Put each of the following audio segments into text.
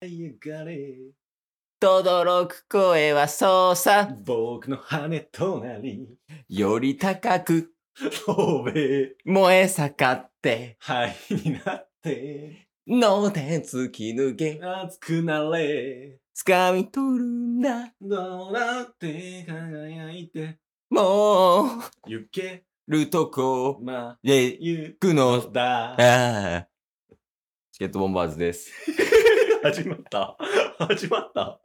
上がれとどろく声はそうさ僕の羽となりより高く飛べ燃え盛って灰になって脳で突き抜け熱くなれ掴み取るんだどうだって輝いてもう行けるとこまでゆ行くのくだああ。チケットボンバーズです。始まった始まった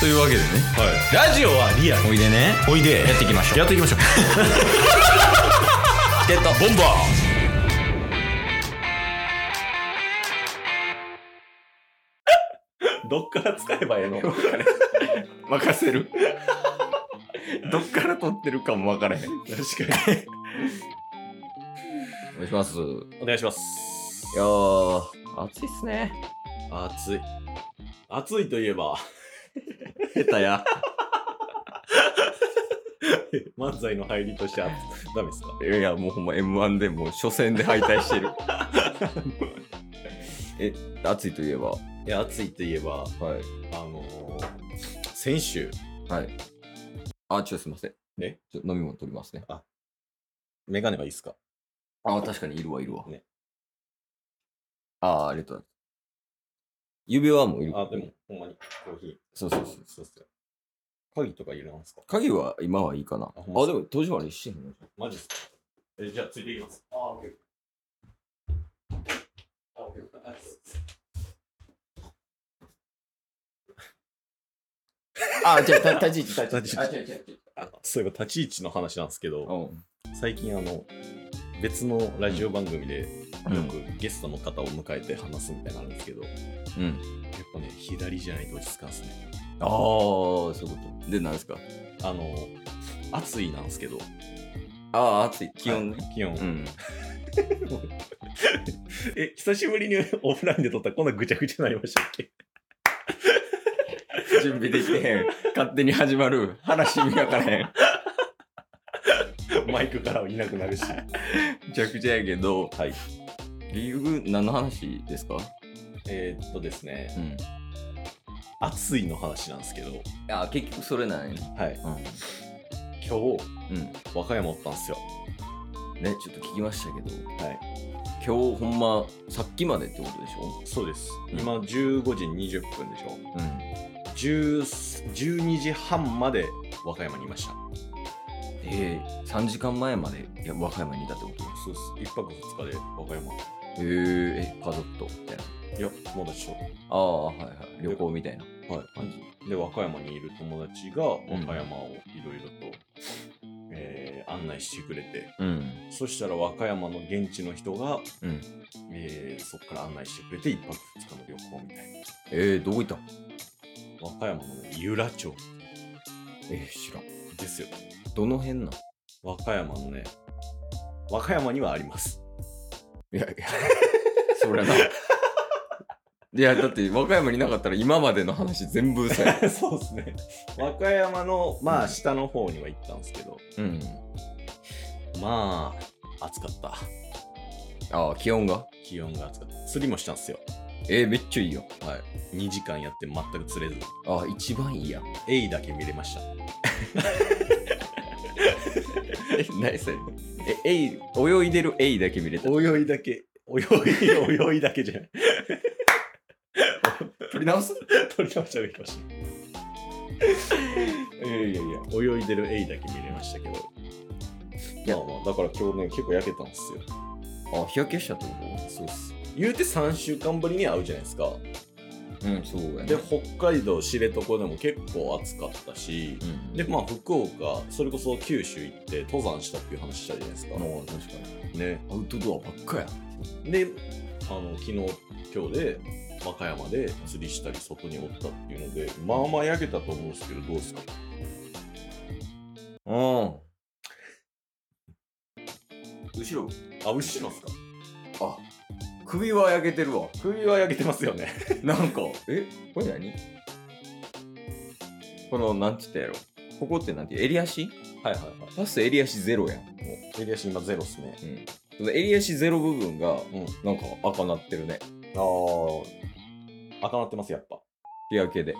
というわけでね、はいラジオはリアルおいでね、おいでやっていきましょう。やっていきましょう チケットボンバどっから使えばえ えのー任せる。どっから撮ってるかも分からへん。確かにお願いします。いお願いしますやー、暑いっすね。暑い暑いといえば 下手や。漫才の入りとして暑ダメですかいや、もうほんま M1 でもう初戦で敗退してる。 え、暑いといえば。はいや暑いといえばい。あのー、先週はい。あ、ちょ、すいません。えちょ飲み物取りますね。メガネはいいっすかあ、確かにいるわ、いるわ。ねああ、ありがとうございます。指輪もいる。あでも。ほんまにコーヒーそうそうそう。そうっすよ鍵とか入れますか鍵は今はいいかな。あほんまあ、でも、閉じまでしてへんのマジっすかえじゃあついていきますあオッケーあオッケーあすあ、違う、た立ち位置、立ち位置あ、違う、違う違う。あそういえば立ち位置の話なんですけどうん。最近あの別のラジオ番組でうんよくゲストの方を迎えて話すみたいなのあるんですけど、やっうん。ぱね左じゃないと落ち着かんっすねああ、そういうこと。で、なんですかあの暑いなんですけどああ、暑い。気温ね。気温、うん。え久しぶりにオフラインで撮ったらこんなぐちゃぐちゃになりましたっけ 準備できてへん。勝手に始まる。話意味わからへん。 マイクからはいなくなるしめちゃくちゃやけど、はい理由、何の話ですかえーっとですねうん。暑いの話なんですけどあ、結局それなんやね。はい今うん。うん。日和歌山おったんですよね、ちょっと聞きましたけど、はい今日ほんま、さっきまでってことでしょそうですうん今15時20分でしょうん。 10 12時半まで和歌山にいましたええ3時間前までいや和歌山にいたってことそうっす1泊2日で和歌山えー、え家族とみたいないや友達とああはいはい旅行みたいなはい感じで和歌山にいる友達が和歌山をいろいろと、えー案内してくれてうんそしたら和歌山の現地の人が、うんえーそこから案内してくれて1泊2日の旅行みたいえー、どこ行ったんな和歌山のね由良町えー、知らんですよどの辺なんい和歌山のね和歌山にはありますやいやそりゃないやだって和歌山になかったら今までの話全部嘘 やそうですね和歌山のまうあん下の方には行ったんですけど、うんまあ暑かったああ気温が気温が暑かった釣りもしたんですよえー、めっちゃいいよはい2時間やって全く釣れずああ一番いいやんエイだけ見れましたえ何それえエイ泳いでるエイだけ見れた泳いだけ泳い泳いだけじゃない取り直す取り直したがいま したいやいやいや泳いでるエイだけ見れましたけどいやまあまあだから今日ね結構焼けたんですよあ日焼けしたってこそうっす言うて3週間ぶりに会うじゃないですかとうんそうやねで北海道知床でも結構暑かったしう、んでまあ福岡それこそ九州行って登山したっていう話したじゃないですか、もう確かねにアウトドアばっかやであの昨日今日で和歌山で釣りしたり外におったっていうのでまあまあ焼けたと思うんですけどどうですかうん後ろあ後ろですかあ首は焼けてるわ首は焼けてますよね なんかえこれ何このなんちったやろここってなんて襟足はいはいはパス襟足ゼロやんもい襟足今ゼロっすねう、うん、その襟足ゼロ部分がうんなんか赤なってるねああ赤なってますやっぱ日焼けでいや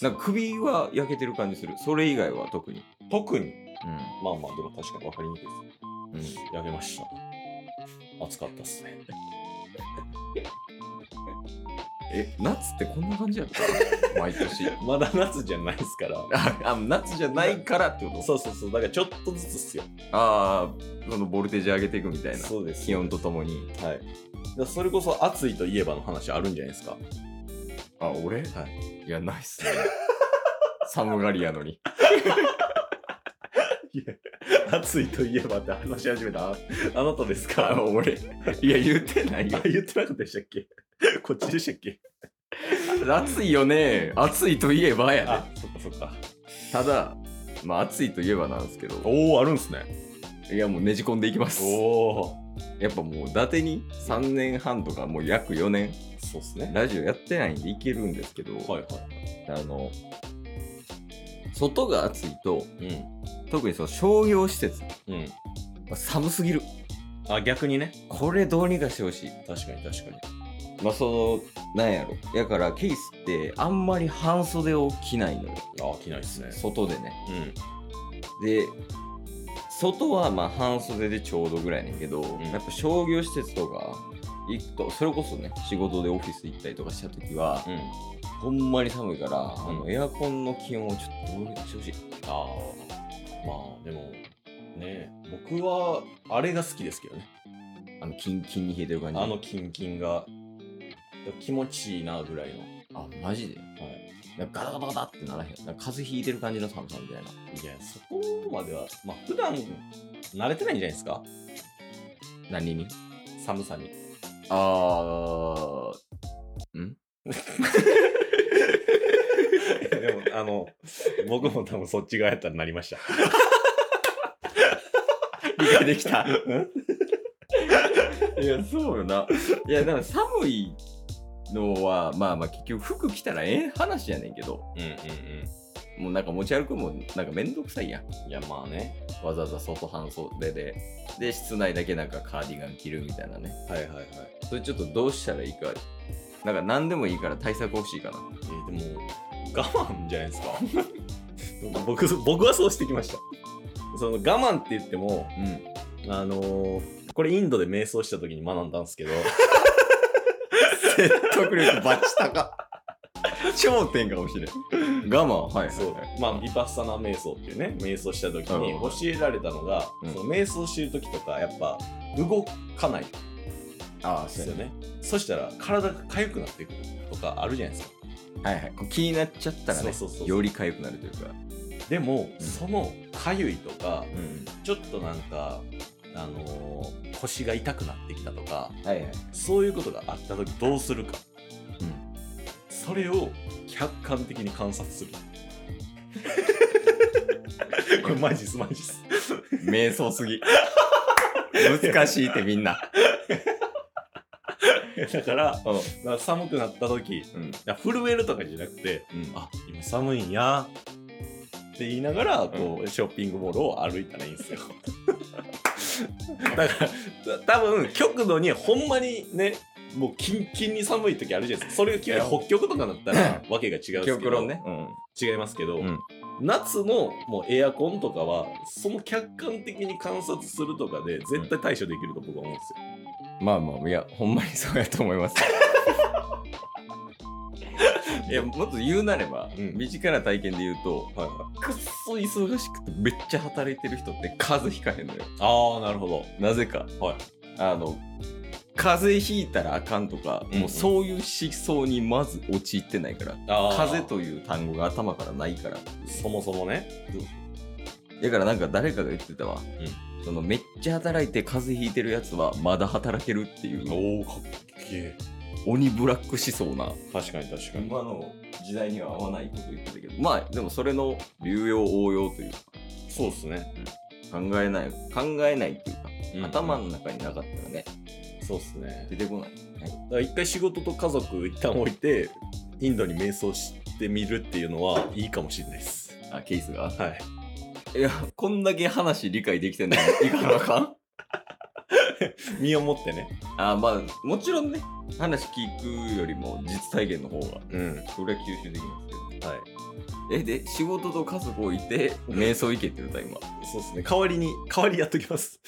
なんか首は焼けてる感じするそれ以外は特に特にうんまあまあでも確かに分かりにくいですうんやめました。暑かったっすね。 え夏ってこんな感じやった 毎年まだ夏じゃないですから。ああ夏じゃないからってことそうそうそう、だからちょっとずつっすよ。ああそのボルテージ上げていくみたいなそうです。気温とと。ともにはい。だからそれこそ暑いといえばの話あるんじゃないですか。あ俺はいいやないっすね寒がりやのに暑いといえばって話し始めたああなたですあか俺いや言ってないよあ言ってなかったでしたっけこっちでしたっけ暑いよね暑いといえばやであ、そっかそっか。ただまあ暑いといえばなんですけどおお、あるんすね。いやもうねじ込んでいきますおお。やっぱもう伊達に3年半とかもう約4年そうっすね。ラジオやってないんでいけるんですけど、はいはい。あの外が暑いとうん。特にその商業施設うん。寒すぎるあ、逆にね。これどうにかしてほしい確かに確かに。まあそのなんやろやからケースってあんまり半袖を着ないのよあ、着ないっすね。外でねうん。で外はまあ半袖でちょうどぐらいねんけど、んやっぱ商業施設とか行くとそれこそね仕事でオフィス行ったりとかした時は、うん。ほんまに寒いから、あうのんエアコンの気温をちょっとどうにかしてほしいああ、まあでも、ね、僕はあれが好きですけどね。あのキンキンに冷えてる感じあのキンキンが気持ちいいなぐらいの。あマジではい。なんかガタガタガタってならへんなんか風邪ひいてる感じの寒さみたいないや、そこまでは、まあ普段慣れてないんじゃないですか何に寒さに。あーん でも、あの、僕も多分そっち側やったらなりま した。理解できた いやそうよないやだから寒いのはまあまあ結局服着たらええ話やねんけどうんうんもうなんか持ち歩くのもなんかめんどくさいやんうん。いや、まあね。わざわざ外半袖でで室内だけなんかカーディガン着るみたいなねはいはいはい。それちょっとどうしたらいいかなんか何でもいいから対策欲しいかなえーでも、我慢じゃないですか 僕、僕はそうしてきました。その我慢って言っても、 うんあのーこれインドで瞑想した時に学んだんですけど説得力バッチ高 頂点かもしれん我慢はいそうまあヴィパッサナー瞑想っていうね瞑想した時にうん教えられたのが、うんその瞑想してる時とかやっぱ動かないんでああすそうよやねねそしたら体が痒くなってくるとかあるじゃないですかはいはいこう気になっちゃったらねそうそうそうより痒くなるというかでも、うんその痒いとかうんちょっとなんかあのー腰が痛くなってきたとかはいはいそういうことがあった時どうするか、うんそれを客観的に観察する これマジですマジです瞑想す ぎ難しいってみんなだからうんまあ寒くなった時いうんや震えるとかじゃなくてうんあ今寒いんやって言いながらこう、ショッピングモールを歩いたらいいんですよだからた多分極度にほんまにねもうキンキンに寒い時あるじゃないですかそれが極いや北極とかだったらわけが違うんですけど極論ねうん違いますけど、うん夏のもうエアコンとかはその客観的に観察するとかで絶対対処できると僕は思うんですよ。まあまあいやほんまにそうやと思います いやもっと言うなれば、うん身近な体験で言うとはいはい、くっそ忙しくてめっちゃ働いてる人って風邪ひかへんのよああなるほど。なぜかはい、あの風邪ひいたらあかんとか、うんうんもうそういう思想にまず陥ってないからあー風邪という単語が頭からないからそもそもね。だからなんか誰かが言ってたわ、そのめっちゃ働いて風邪ひいてるやつはまだ働けるっていうおおかっけえ。鬼ブラック思想な確かに確かに。今の時代には合わないこと言ってたけどまあでもそれの流用応用というかそうですね。考えない考えないっていうか、頭うのん中になかったらねそうですね。出てこない、だから一回仕事と家族一旦置いてインドに瞑想してみるっていうのはいいかもしれないです。あケースがはい。いやこんだけ話理解できてんのにいかなあかん身をもってね。 あーまあもちろんね話聞くよりも実体験の方がうん。それは吸収できますけどはいえで仕事と家族置いて瞑想行けって言った今そうですね。代わりに、代わりやっときます。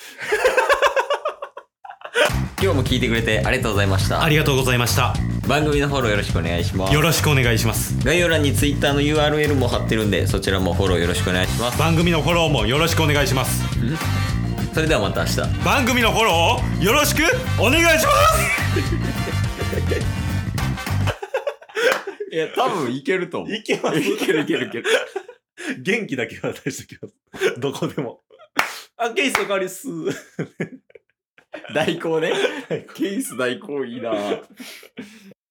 今日も聞いてくれてありがとうございましたありがとうございました番組のフォローよろしくお願いしますよろしくお願いします概要欄に Twitter の URL も貼ってるんでそちらもフォローよろしくお願いします番組のフォローもよろしくお願いしますそれではまた明日番組のフォローをよろしくお願いしますいや多分いけると思いけます。いけるいけるいける元気だけは出してきます。どこでも。あ、ケイスの代わりっす。代行ねケース代行いいな